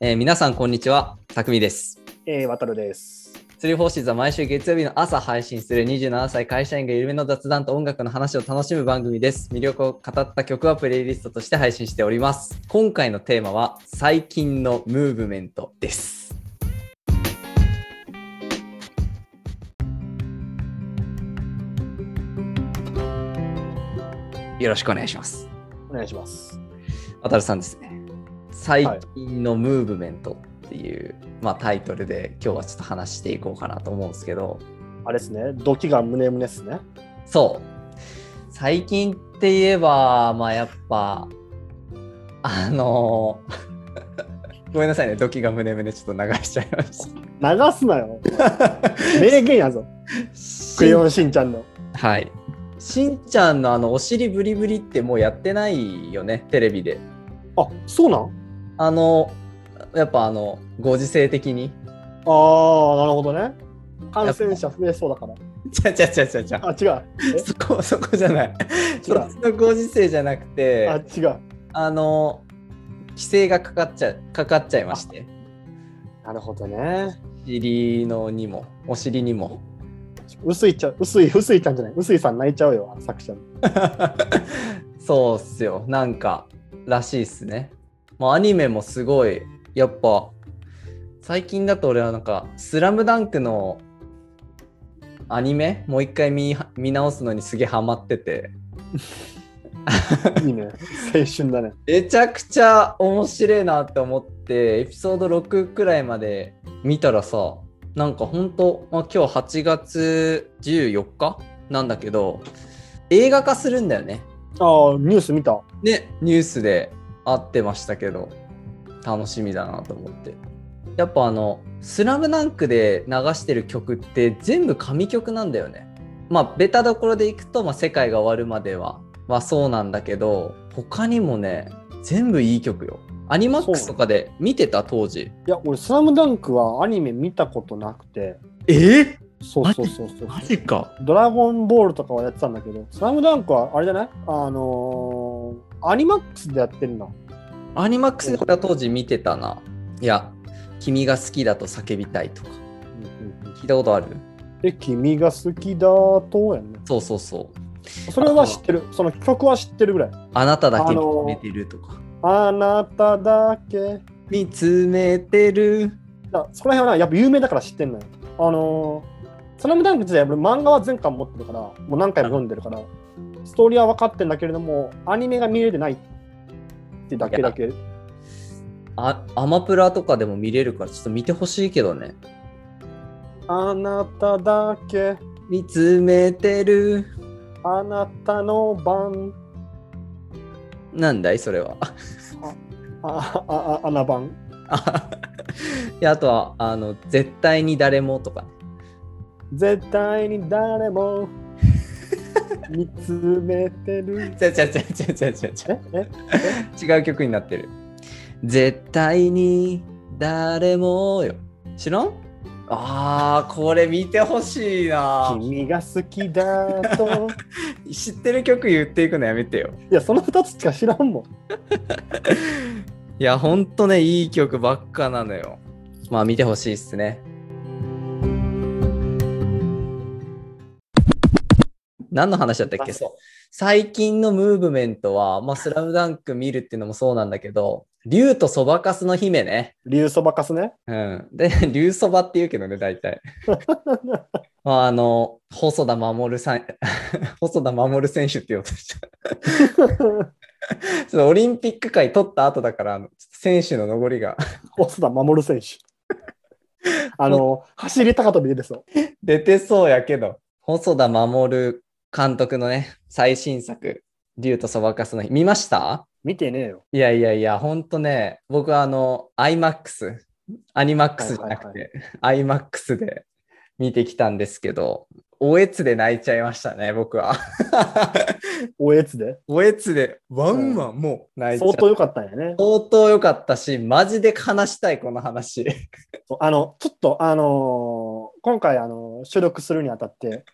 えー皆さんこんにちは、たくみです。えー、渡るです。釣りフォーシーズは毎週月曜日の朝配信する27歳会社員が緩めの雑談と音楽の話を楽しむ番組です。魅力を語った曲はプレイリストとして配信しております。今回のテーマは最近のムーブメントです。よろしくお願いします。お願いします。渡るさんですね。最近のムーブメントっていう、まあ、タイトルで今日はちょっと話していこうかなと思うんですけど、あれですね、ドキが胸胸ですね。そう。最近って言えば、まあやっぱ、あの ごめんなさいね、ドキが胸胸ちょっと流しちゃいまし流すな よ。名言やぞ。た。クレヨンしんちゃんの。はい。しんちゃんのあのお尻ブリブリってもうやってないよね、テレビで。あ、そうなんあの、やっぱあの、ご時世的に。あー、なるほどね。感染者増えそうだから。ちゃちゃちゃちゃちゃ。あ、違う。そこ、そこじゃない。違そうっちのご時世じゃなくて、あ、あ違う。の、規制がかかっちゃ、かかっちゃいまして。なるほどね。お尻のにも、お尻にも。薄いちゃん、薄い、薄いちゃんじゃない。薄いさん泣いちゃうよ、作者の。そうっすよ。なんか、らしいっすね。まあ、アニメもすごい、やっぱ、最近だと俺はなんか、スラムダンクのアニメ、もう一回見見直すのにすげえハマってて、いいね。青春だね。めちゃくちゃ面白いなって思って、エピソード6くらいまで見たらさ、なんかほんと、まあ、今日8月14日なんだけど、映画化するんだよね。あー、ニュース見た。ね、ニュースで会ってましたけど、楽しみだなと思って。やっぱあの、スラムダンクで流してる曲って全部神曲なんだよね。まあ、ベタどころでいくと、まあ、世界が終わるまでは、まあそうなんだけど、他にもね、全部いい曲よ。アニマックスとかで見てた当時。いや、俺、スラムダンクはアニメ見たことなくて。ええそうそうそうそう。ジか。ドラゴンボールとかはやってたんだけど、スラムダンクはあれじゃないあのー、アニマックスでやってるな。アニマックスで俺は当時見てたな。いや、君が好きだと叫びたいとか。聞いたことあるで、君が好きだとやんね。そうそうそう。それは知ってる。その曲は知ってるぐらい。あなただけ見つめてるとか。あなただけ。見つめてる。だそこら辺はなやっぱ有名だから知ってんのよ。あのー、スラムダンク自体、俺漫画は全巻持ってるから、もう何回も読んでるから、ストーリーは分かってんだけれども、アニメが見れてないってだけだけ。あアマプラとかでも見れるからちょっと見てほしいけどね。あなただけ。見つめてる。あなたの番。なんだいそれは。 あああ穴番あいやあとはあの「絶対に誰も」とか。絶対に誰も見つめてるちゃちゃちゃちゃちゃちゃちええゃ違う曲になってる。絶対に誰もよ。知らんあーこれ見てほしいな。君が好きだと知ってる曲言っていくのやめてよ。いやその2つしか知らんもんいや、ほんとね、いい曲ばっかなのよ。まあ、見てほしいっすね。何の話だったっけそう。最近のムーブメントは、まあ、スラムダンク見るっていうのもそうなんだけど、竜とそばかすの姫ね。竜そばかすねうん。で、 竜そばって言うけどね、大体。まあ、あの、細田守さん、 細田守選手って言おうとした。ちょっとオリンピック会取った後だから、あのちょっと選手の残りが。 細田守選手あの走り高跳び出てそう出てそうやけど。細田守監督のね、最新作、竜とそばかすの日、見ました見てねえよいやいやいや、ほんとね、僕はあの、iMAX、アニマックスじゃなくて、iMAX で見てきたんですけど、おえつで泣いちゃいましたね、僕は。 おえつでおえつで、ワンワンもう泣いちゃっ相た。当良かったんやね相当良かったし、マジで話したい、この話。そうあのちょっとあのー今回あの収録するにあたって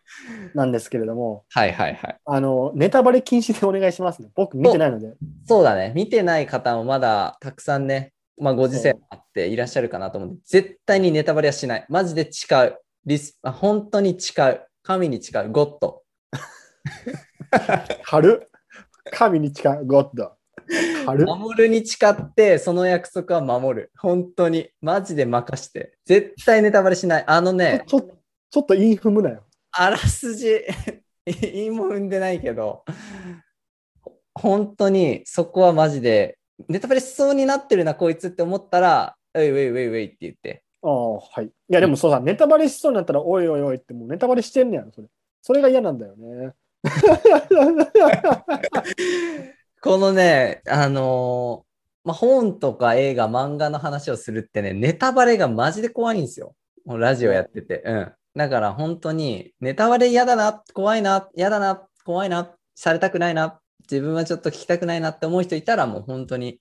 なんですけれども はいはいはい。あのネタバレ禁止でお願いしますね僕見てないのでそうだね。見てない方もまだたくさんね、まあ、ご時世もあっていらっしゃるかなと思って、絶対にネタバレはしない。マジで誓う。リスあ本当に誓う。神に誓う。ゴッド。軽っ神に誓う、ゴッド。軽っ守るに誓って、その約束は守る。本当に。マジで任して。絶対ネタバレしない。あの ね、ちょちょっとイン踏むなよ。あらすじ、 陰も踏んでないけど、本当にそこはマジで、ネタバレしそうになってるな、こいつって思ったら、ウェイウェイウェイウェイって言って。ああ、はい。いや、でもそうさ、ネタバレしそうになったら、おいおいおいって、もうネタバレしてんねやろ、それ。それが嫌なんだよね。このね、あのーまあ、本とか映画、漫画の話をするってね、ネタバレがマジで怖いんですよ。もうラジオやってて。うん。だから本当に、ネタバレ嫌だな、怖いな、嫌だな、怖いな、されたくないな、自分はちょっと聞きたくないなって思う人いたら、もう本当に、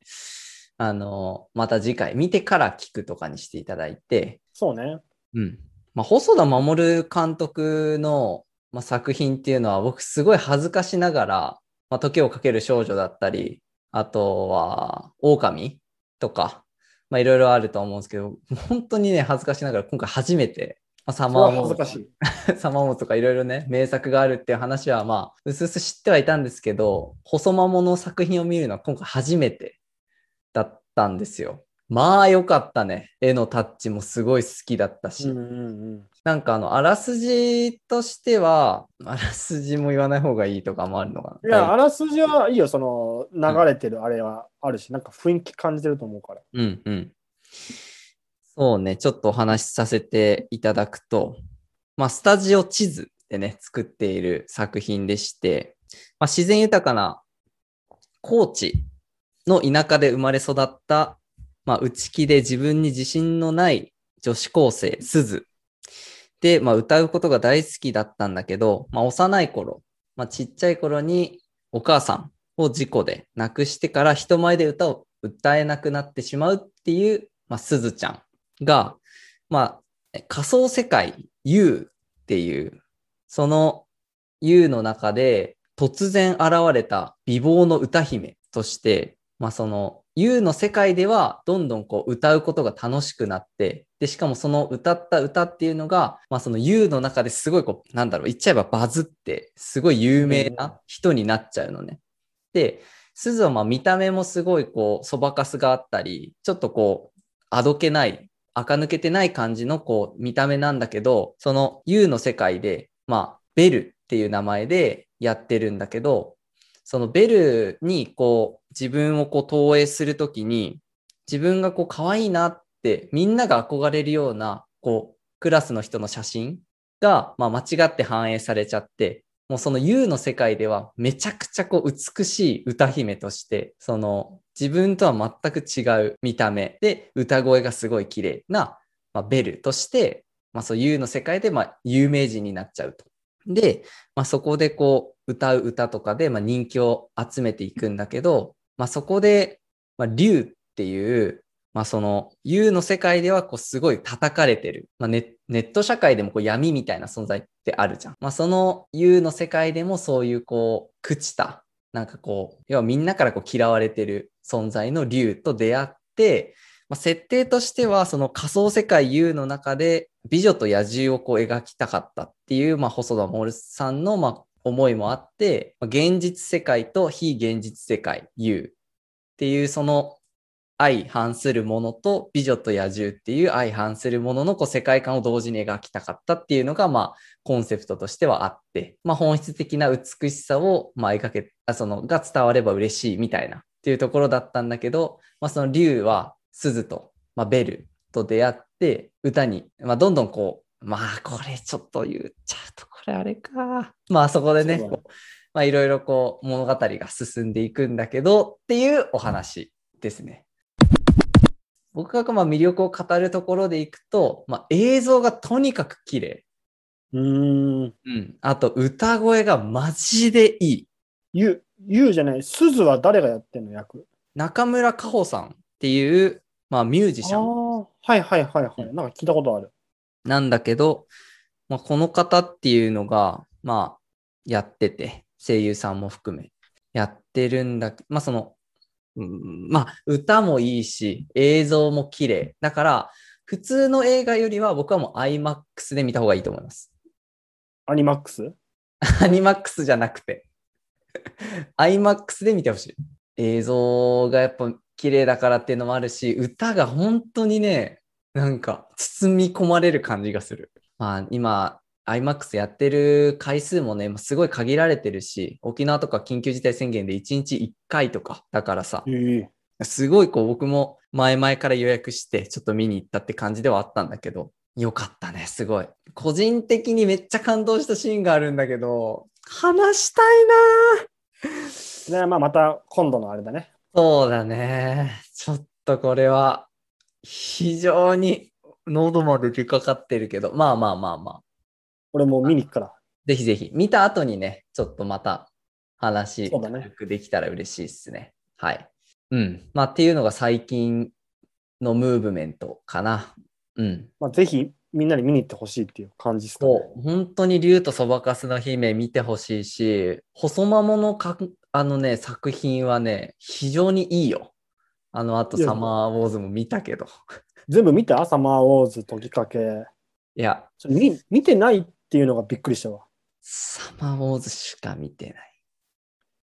あのーまた次回見てから聞くとかにしていただいて、そうね。うん。まあ、細田守監督の、まあ、作品っていうのは、僕すごい恥ずかしながら、まあ、時をかける少女だったり、あとは、狼とか、まあ、いろいろあると思うんですけど、本当にね、恥ずかしながら、今回初めて、まあ、サそれマはーウォ恥ずーか しい。サマーウォーズとかいろいろね、名作があるっていう話は、まあ、うすうす知ってはいたんですけど、細マモの作品を見るのは今回初めてだったんですよ。まあ、良かったね。絵のタッチもすごい好きだったし。うんうんうん。なんかあの、あらすじとしては、あらすじも言わない方がいいとかもあるのかいな。や、あらすじはいいよ、その流れてるあれはあるし、なんか雰囲気感じてると思うから。うんうん。そうね、ちょっとお話しさせていただくと、まあ、スタジオ地図でね、作っている作品でして、まあ、自然豊かな高知の田舎で生まれ育った、まあ、内気で自分に自信のない女子高生、鈴。で、まあ、歌うことが大好きだったんだけど、まあ、幼い頃、まあ、ちっちゃい頃にお母さんを事故で亡くしてから人前で歌を歌えなくなってしまうっていう、まあ、すずちゃんが、まあ、仮想世界 U っていう、その U の中で突然現れた美貌の歌姫として、まあ、その U の世界ではどんどんこう歌うことが楽しくなって、で、しかもその歌った歌っていうのが、まあ、その U の中ですごいこう、なんだろう、言っちゃえばバズって、すごい有名な人になっちゃうのね。で、鈴はまあ見た目もすごいこう、そばかすがあったり、ちょっとこう、あどけない、垢抜けてない感じのこう、見た目なんだけど、その U の世界で、まあ、ベルっていう名前でやってるんだけど、そのベルにこう、自分をこう投影するときに、自分がこう、可愛いなって、みんなが憧れるような、こう、クラスの人の写真が、まあ、間違って反映されちゃって、もうその U の世界ではめちゃくちゃこう美しい歌姫として、その自分とは全く違う見た目で歌声がすごい綺麗な、まあ、ベルとして、まあそう U の世界でまあ有名人になっちゃうと。で、まあそこでこう歌う歌とかでまあ人気を集めていくんだけど、まあそこで、まあ竜っていう、まあその U の世界ではこうすごい叩かれてる。まあネネット社会でもこう闇みたいな存在ってあるじゃん。まあその U の世界でもそういうこう朽ちた、なんかこう、要はみんなからこう嫌われてる存在の竜と出会って、まあ、設定としてはその仮想世界 U の中で美女と野獣をこう描きたかったっていう、まあ、細田守さんのまあ思いもあって、まあ現実世界と非現実世界 U っていうその相反するものと美女と野獣っていう相反するもののこう世界観を同時に描きたかったっていうのがまあコンセプトとしてはあって、まあ、本質的な美しさをまあ描けあそのが伝われば嬉しいみたいなっていうところだったんだけど、まあ、その竜は鈴と、まあ、ベルと出会って歌に、まあ、どんどんこうまあこれちょっと言っちゃうとこれあれかまあそこでねそうだねこうまあいろいろこう物語が進んでいくんだけどっていうお話ですね。僕がまあ魅力を語るところでいくと、まあ、映像がとにかく綺麗うーん。うん、あと歌声がマジでいい。ゆ、ゆうじゃない、すずは誰がやってんの、役。中村佳穂さんっていう、まあ、ミュージシあャンあ、はいはいはいはい。なんか聞いたことある。なんだけど、まあ、この方っていうのが、まあ、やってて、声優さんも含め、やってるんだ、まあ、その、うんまあ、歌もいいし、映像も綺麗。だから、普通の映画よりは僕はもう IMAX で見た方がいいと思います。アニマックスアニマックスじゃなくて。IMAX で見てほしい。映像がやっぱ綺麗だからっていうのもあるし、歌が本当にね、なんか包み込まれる感じがする。まあ今、IMAX やってる回数もね、すごい限られてるし、沖縄とか緊急事態宣言で1日1回とかだからさ、ええすごいこう僕も前々から予約してちょっと見に行ったって感じではあったんだけど、よかったね、すごい。個人的にめっちゃ感動したシーンがあるんだけど、話したいなぁで、まあ、また今度のあれだね。そうだね。ちょっとこれは非常に喉まで引っかかってるけど、まあまあまあまあ。俺もう見に行くから。ぜひぜひ、見た後にね、ちょっとまた話、そうだねできたら嬉しいですね。はい。うん。まあっていうのが最近のムーブメントかな。うん。まあ、ぜひみんなに見に行ってほしいっていう感じですか、ね。そう。本当に竜とそばかすの姫見てほしいし、細マモのかあのね、作品はね、非常にいいよ。あの、あといやサマーウォーズも見たけど。全部見たサマーウォーズ、時かけ。いや、ちょ見見てないっていうのがびっくりしたわ。サマーウォーズしか見てない。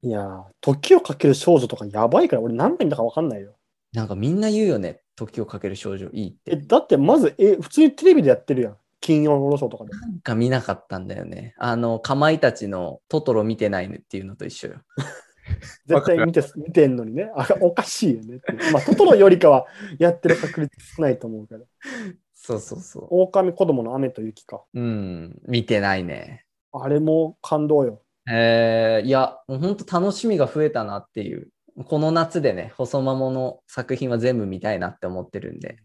いやー、時をかける少女とかやばいから、俺何年だか分かんないよ。なんかみんな言うよね、時をかける少女いいっえ、て。だってまず、え、普通にテレビでやってるやん。金曜ロードショーとかで。なんか見なかったんだよね。あの、かまいたちのトトロ見てないっていうのと一緒よ。絶対見て見てんのにね。あおかしいよねって。まあ、トトロよりかはやってる確率少ないと思うけど。そうそうそ狼子供の雨と雪か。う。うん、見てないね。あれも感動よ。えー、いや、もうほんと楽しみが増えたなっていう。この夏でね、細マモの作品は全部見たいなって思ってるんで。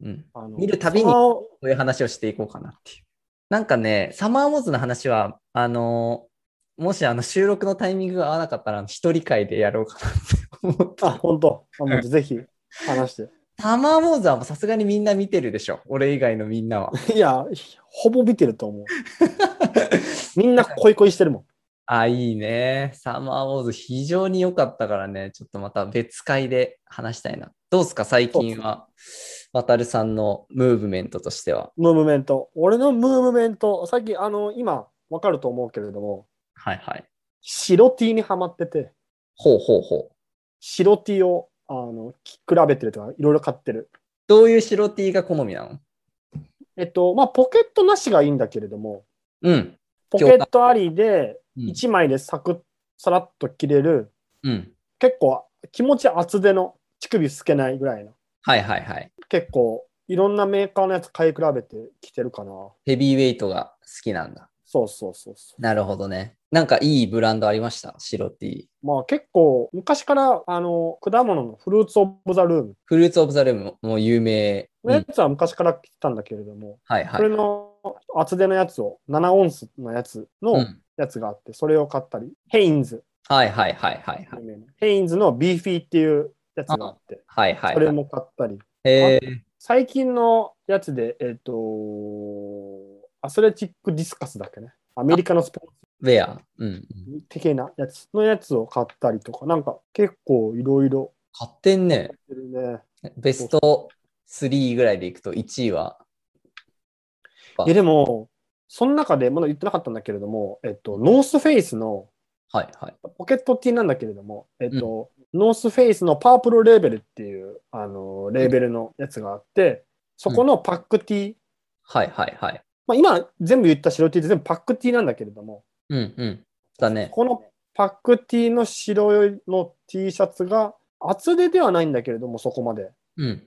うん。あの見るたびにサマーウそういう話をしていこうかなっていう。なんかね、サマーウォーズの話は、あのーもしあの収録のタイミングが合わなかったら、一人会でやろうかなって思っあ、た。本当。あもうぜひ話して。サマーウォーズはもうさすがにみんな見てるでしょ。俺以外のみんなは。 いや、ほぼ見てると思う。みんな恋恋してるもん。あ、いいね。サマーウォーズ非常に良かったからね、ちょっとまた別会で話したいな。どうすか、最近は。渡るさんのムーブメントとしては。ムーブメント。俺のムーブメント、さっき、あの、今、わかると思うけれども、はいはい。白 T にハマってて、ほうほうほう。白 T を、あの、き比べてるとか、いろいろ買ってる。どういう白 T が好みなのえっと、まあ、ポケットなしがいいんだけれども、うん。ポケットありで、うん1枚でサクッ、さらっと着れる、うん。結構、気持ち厚手の、乳首透けないぐらいの、はいはいはい。結構、いろんなメーカーのやつ買い比べてきてるかな。ヘビーウェイトが好きなんだ。そうそうそうそう。なるほどね。なんかいいブランドありました白 T。まあ結構昔からあの果物のフルーツ・オブ・ザ・ルームフルーツ・オブ・ザ・ルームも有名。のやうんつは昔から来たんだけれども、はいはこれい。の厚手のやつを7オンスのやつうのんやつがあって、それを買ったりヘインズ、はいはいはいはいはい。ヘインズのビーフィーっていうやつがあってはいはい、それはい。も買ったりえ最近のやつでえっ、とアスレチック・ディスカスだっけねアメリカのスポーー、ウェア。うん。ツ的なやつのやつを買ったりとかなんか結構いろいろ買ってんね。やってるねベスト3ぐらいでいくと1位は。いやでも、その中でまだ言ってなかったんだけれども、えっと、ノースフェイスのはいはい。ポケット T なんだけれども、えっと、ノースフェイスのパープルレーベルっていう、あの、レーベルのやつがあって、そこのパック T、はいはいはい。まあ今全部言った白 T って全部パック T なんだけれども、うんうん。だね。このパック T の白の T シャツが厚手ではないんだけれども、そこまで。うん。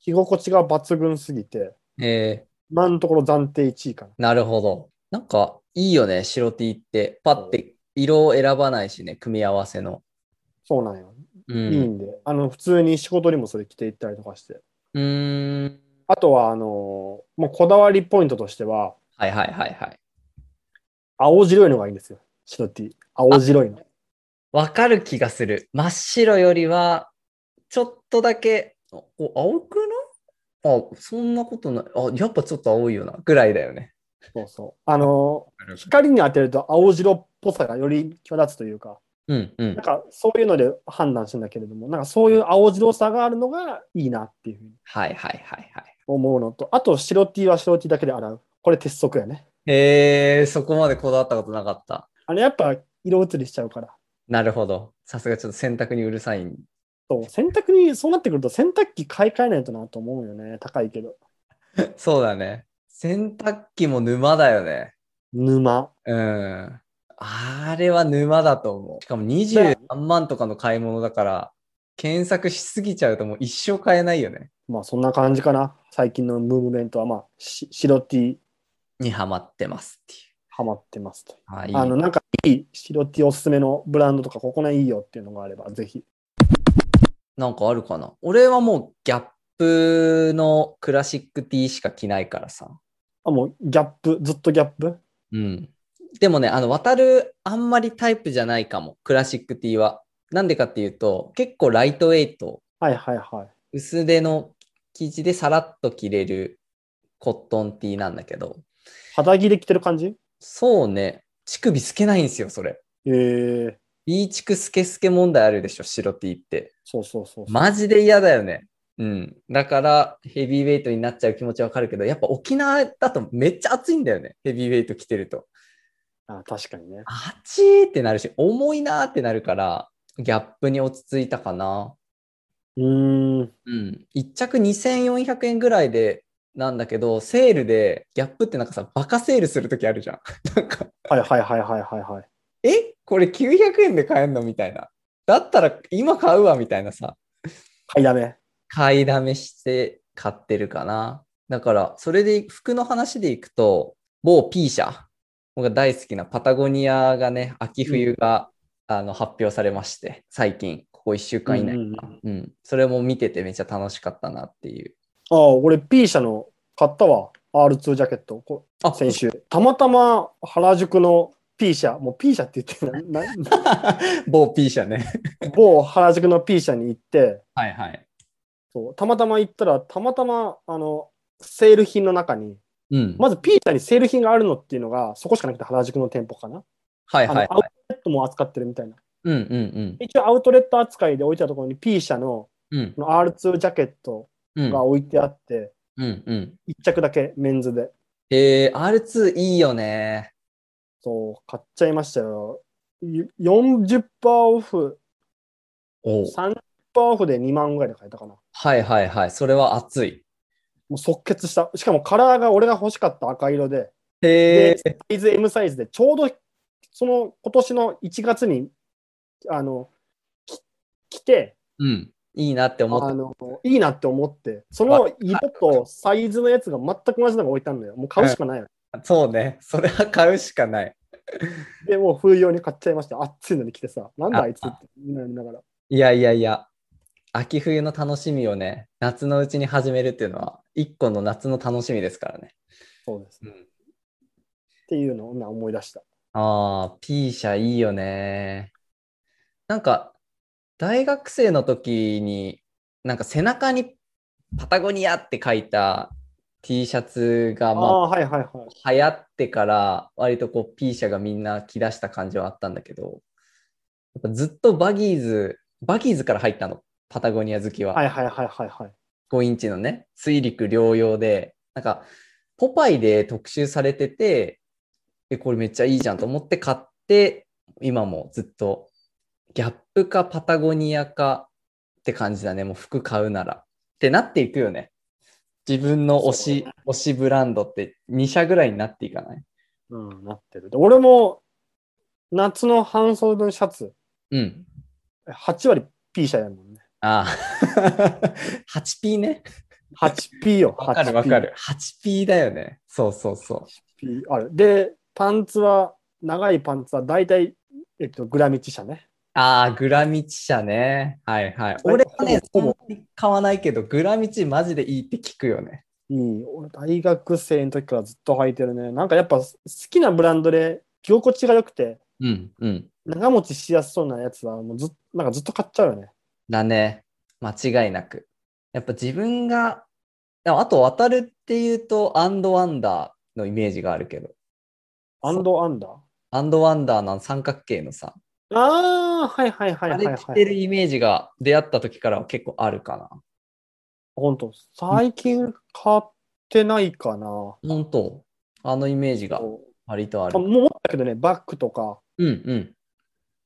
着心地が抜群すぎて、え今のところ暫定1位かな。ー、なるほど。なんかいいよね、白 T って。パって色を選ばないしね、組み合わせの。そうなんよ。ういん。いんで、あの、普通に仕事にもそれ着ていったりとかして。うーん。あとは、あのーもうこだわりポイントとしては、はいはいはいはい。青白いのがいいんですよ。白 T。青白いの。わかる気がする。真っ白よりは、ちょっとだけ、おお青くないあ、そんなことない。あ、やっぱちょっと青いよな、ぐらいだよね。そうそう。あのー光に当てると青白っぽさがより際立つというか、うんうんなんかそういうので判断してんだけれども、なんかそういう青白さがあるのがいいなっていうふうにはいはいはいはい。思うのと、あと白 T は白 T だけで洗う。これ鉄則やね。へえ、そこまでこだわったことなかった。あれやっぱ色移りしちゃうから。なるほど。さすがちょっと洗濯にうるさいん。そう、洗濯に、そうなってくると洗濯機買い替えないとなと思うよね。高いけど。そうだね。洗濯機も沼だよね。沼。うん。あれは沼だと思う。しかも23万とかの買い物だから、検索しすぎちゃうともう一生買えないよね。まあそんな感じかな。最近のムーブメントは、まあ、し白 T にハマってますっていう。ハマってますと。あいいあの、なんかいい白 T おすすめのブランドとか、ここねいいよっていうのがあれば、ぜひ。なんかあるかな俺はもうギャップのクラシック T しか着ないからさ。あ、もうギャップ、ずっとギャップうん。でもね、あの、渡るあんまりタイプじゃないかも、クラシック T は。なんでかっていうと、結構ライトウェイト、はいはいはい。薄手の生地でさらっと着れるコットン T なんだけど、肌着で着てる感じそうね、乳首透けないんですよ、それ。えー、ビーチクスケスケ問題あるでしょ、白 T って。そうそうそうそう。マジで嫌だよね。うん。だから、ヘビーウェイトになっちゃう気持ちわかるけど、やっぱ沖縄だとめっちゃ暑いんだよね、ヘビーウェイト着てると。あ確かにね。あっちーってなるし、重いなーってなるから、ギャップに落ち着いたかな。うーん。うん。1着2400円ぐらいで、なんだけど、セールで、ギャップってなんかさ、バカセールするときあるじゃん。なんか、はいはいはいはいはいはい。えこれ900円で買えんのみたいな。だったら今買うわ、みたいなさ。買いだめ。買いだめして買ってるかな。だから、それで服の話でいくと、某 P 社、僕が大好きなパタゴニアがね、秋冬が、あの発表されまして、最近、ここ1週間以内かな、うんそれも見ててめっちゃ楽しかったなっていう。ああ、俺 P 社の買ったわ。R2 ジャケット。こあ、先週。たまたま原宿の P 社、もう P 社って言ってるなな 某 P 社ね。某原宿の P 社に行って、はいはい。そうたまたま行ったら、たまたまあのセール品の中に、うん。まず P 社にセール品があるのっていうのが、そこしかなくて原宿の店舗かな。はいあはいのアウはトい。レットも扱ってるみたいな。うんうん一応アウトレット扱いで置いてあるところに P 社のうん。うんこの R2 ジャケットうんが置いてあって、うんうん。一着だけメンズで。えー、R2 いいよね。そう、買っちゃいましたよ。ゆ40%オフ、お30%オフで2万ぐらいで買えたかな。もはいはいはい。それは熱い。う即決した。しかもカラーが俺が欲しかった赤色で、へえ。サイズ M サイズで、ちょうどその今年の1月に、あの、き来て、うん。いいなって思ったあの、いいなって思って、その色とサイズのやつが全く同じのが置いてあるのよ。もう買うしかないよ。そうね。それは買うしかない。で、もう冬用に買っちゃいました。暑いのに来てさ、なんだああいつってみんな見ながら。いやいやいや。秋冬の楽しみをね、夏のうちに始めるっていうのは、一個の夏の楽しみですからね。そうです。っていうのを今思い出した。ああ、P 社いいよね。なんか、大学生の時に、なんか背中にパタゴニアって書いた T シャツが、あまあ、あー、はいはいはい。流行ってから割とこう P 社がみんな着出した感じはあったんだけどやっぱずっとバギーズバギーズから入ったのパタゴニア好きは、はいはいはいはいはい。 5インチのね水陸両用でなんかポパイで特集されててえこれめっちゃいいじゃんと思って買って今もずっとギャップかパタゴニアかって感じだねもう服買うならってなっていくよね自分の推し、推しブランドって2社ぐらいになっていかないうん、なってる。で俺も、夏の半袖のシャツ、うん。 8割 P 社やもんね。ああ。8P ね。 8P よ。 わかるわかる。8P だよね。そうそうそう。 8P。ある。で、パンツは、長いパンツは大体、えっと、グラミチ社ね。ああ、グラミチ社ね。はいはい。俺はね、そほぼんほぼなに買わないけど、グラミチマジでいいって聞くよね。いい。俺、大学生の時からずっと履いてるね。なんかやっぱ、好きなブランドで、着心地が良くて、うんうん。長持ちしやすそうなやつは、もうずっなんかずっと買っちゃうよね。だね。間違いなく。やっぱ自分が、でもあと渡るっていうと、アンドワンダーのイメージがあるけど、アンドアンダー。アンドワンダーの三角形のさ、ああ、はいはいはいはい、あはれい。着てるイメージが出会った時からは結構あるかな。本当最近買ってないかな。本当あのイメージがそう割とあある。もうだけどね、バッグとか、うんうん。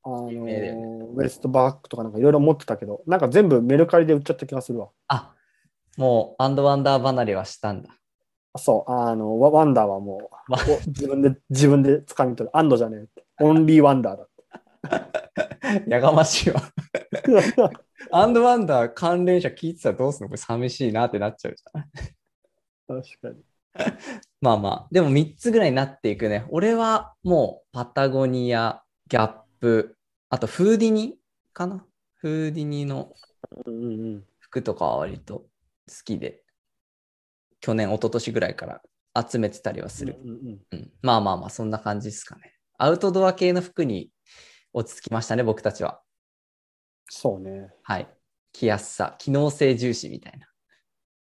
あのー有名だよねウエストバッグとかなんかいろいろ持ってたけど、なんか全部メルカリで売っちゃった気がするわ。あもうアンドワンダー離れはしたんだ。そう、あの、ワワンダーはもわう、お自分で、自分で掴み取る。アンドじゃねえって。オンリーワンダーだ やがましいわ。 って。アンドワンダー関連者聞いてたらどうすんのこれ寂しいなってなっちゃうじゃん。確かに。まあまあ、でも3つぐらいになっていくね。俺はもうパタゴニア、ギャップ、あとフーディニかなフーディニのうんうんうん。服とかは割と好きで、去年、一昨年ぐらいから集めてたりはする。うんうんうんうん、まあまあまあ、そんな感じですかね。アウトドア系の服に落ち着きましたね、僕たちは。そうね。はい。着やすさ、機能性重視みたいな。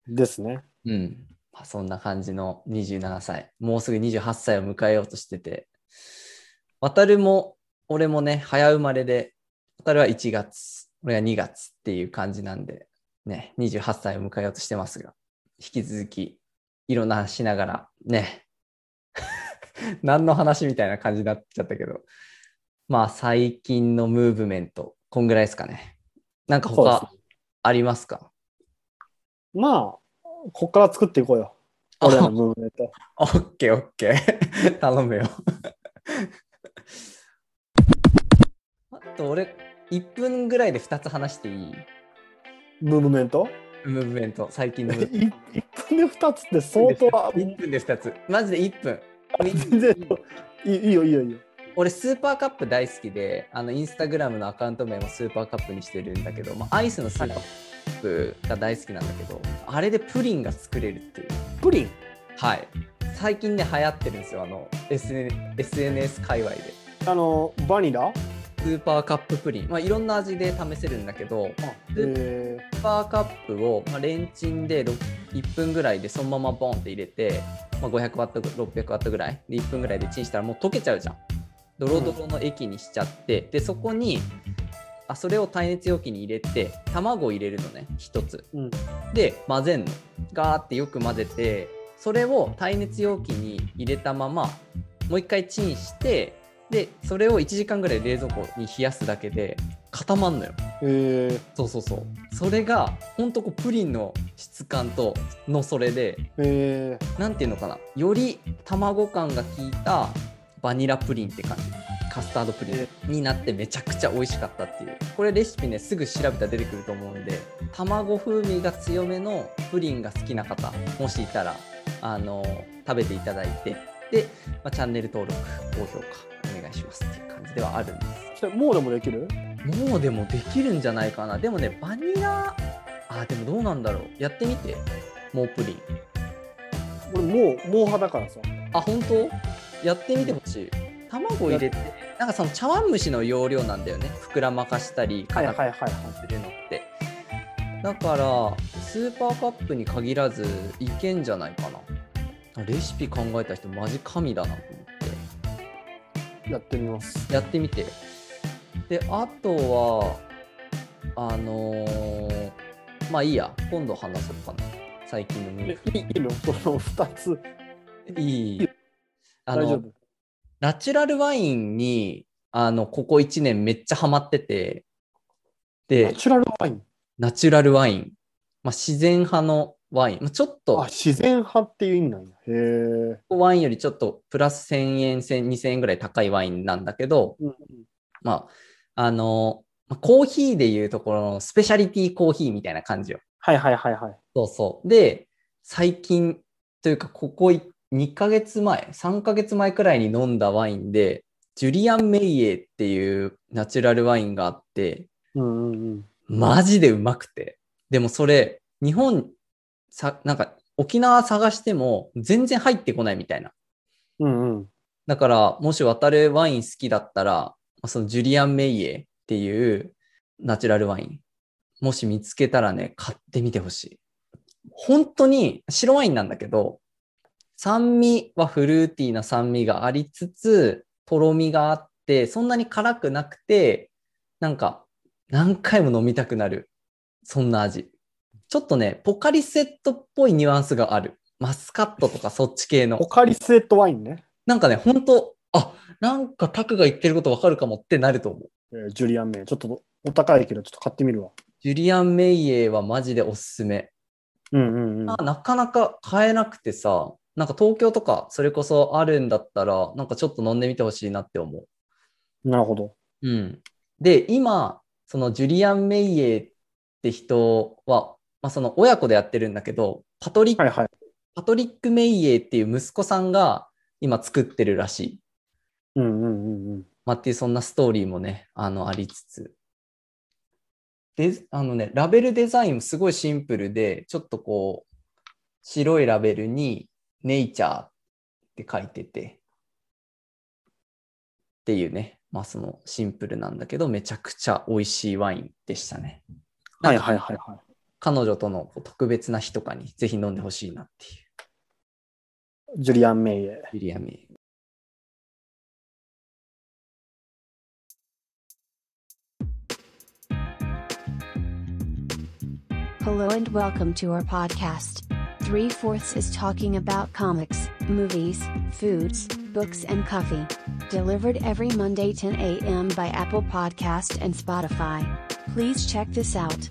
ですね。うん。まあ、そんな感じの27歳。もうすぐ28歳を迎えようとしてて。渡るも、俺もね、早生まれで、渡るは1月、俺は2月っていう感じなんで、ね、28歳を迎えようとしてますが、引き続き、いろんな話しながら、ね、 何の話みたいな感じになっちゃったけど、まあ、最近のムーブメント、こんぐらいですかね。なんかそうで他ありますかまあ、こっから作っていこうよ。俺らのムーブメント。オッケーオッケー。 頼むよ。あと俺、1分ぐらいで2つ話していいムーブメントムーブメント、最近のムーブメン1分で2つって相 当はト。1分で2つ。マジで1分。俺全然いいいいよいいよいいよ。俺スーパーカップ大好きで、あのインスタグラムのアカウント名もスーパーカップにしてるんだけど、まあ、アイスのスーパーカップが大好きなんだけど、あれでプリンが作れるっていう。プリンはい。最近ね、流行ってるんですよ、あの SN SNS 界隈で。あのバニラスーパーカッププリン、まあ、いろんな味で試せるんだけどえスーパーカップを、まあ、レンチンでろ1分ぐらいでそのままボンって入れて、まあ、500ワット600ワットぐらいで1分ぐらいでチンしたらもう溶けちゃうじゃんドロドロの液にしちゃって、でそこにあそれを耐熱容器に入れて卵を入れるのね1つーうん、で混ぜんのガーってよく混ぜてそれを耐熱容器に入れたままもう一回チンしてでそれを1時間ぐらい冷蔵庫に冷やすだけで固まんのよえーそうそうそうそれがほんとこうプリンの質感とのそれでえなんていうのかなより卵感が効いたバニラプリンって感じカスタードプリンになってめちゃくちゃ美味しかったっていうこれレシピねすぐ調べたら出てくると思うんで卵風味が強めのプリンが好きな方もしいたらあの食べていただいてで、まあ、チャンネル登録高評価お願いしますっていう感じではあるんでー、それもうでもできるすもうでもできるんじゃないかなでもねバニラあでもどうなんだろうやってみてもうプリン俺もうもう派だからさあ本当やってみてほしい卵入れてなんかその茶碗蒸しの容量なんだよね膨らまかしたりはいは硬いくはいはいするのって、だからスーパーカップに限らずいけんじゃないかなレシピ考えた人マジ神だなと思っやってみますてやってみてであとはあのーまあいいや今度話そうかな最近のムーえいいいいのその2つブいいいあ大丈の夫ナチュラルワインに、あの、ここ1年めっちゃハマってて、ナで、チュラルワインナチュラルワイン、まあ、自然派のワイン、まあ、ちょっあと、自然派っていう意味なんやへえワインよりちょっとプラス1000円、1000 2000円ぐらい高いワインなんだけど、うんうんまあ、あの、まあコーヒーでいうところのスペシャリティコーヒーみたいな感じよ。はいはいはいはいそうそう。で、最近というか、ここい2ヶ月前、3ヶ月前くらいに飲んだワインで、ジュリアン・メイエーっていうナチュラルワインがあって、うんうんうんマジでうまくて。でもそれ、日本、さ、なんか、沖縄探しても全然入ってこないみたいな。うんうんだから、もし渡るワイン好きだったら、そのジュリアン・メイエっていうナチュラルワイン、もし見つけたらね、買ってみてほしい。本当に白ワインなんだけど、酸味はフルーティーな酸味がありつつ、とろみがあっってそんなに辛くなくてなんか何回も飲みたくなるそんな味ちょっとねポカリスエットっぽいニュアンスがあるマスカットとかそっち系のポカリスエットワインね。なんかねほんとあなんかタクが言ってることわかるかもってなると思うえージュリアン名。ちょっとお高いけど、ちょっと買ってみるわ。ジュリアン・メイエーはマジでおすすめうんうんうん。あなかなか買えなくてさ、なんか東京とかそれこそあるんだったら、なんかちょっと飲んでみてほしいなって思なるほど。う。うん。で、今、そのジュリアン・メイエーって人は、まあ、その親子でやってるんだけど、パトリック、はいはい。パトリック・メイエーっていう息子さんが今作ってるらしい。うんうんうんうん。まあ、っていうそんなストーリーもね、あの、ありつつ。で、あのね、ラベルデザインもすごいシンプルで、ちょっとこう、白いラベルに、ネイチャーって書いてて、っていうね、まあそのシンプルなんだけど、めちゃくちゃ美味しいワインでしたね。はいはいはいはい。彼女とのこう特別な日とかにぜひ飲んでほしいなっていうジュリアン・メイエ。、ビリアミ。 Hello and welcome to our podcast. Three Fourths is talking about comics, movies, foods, books, and coffee. Delivered every Monday 10 a.m. by Apple Podcast and Spotify. Please check this out.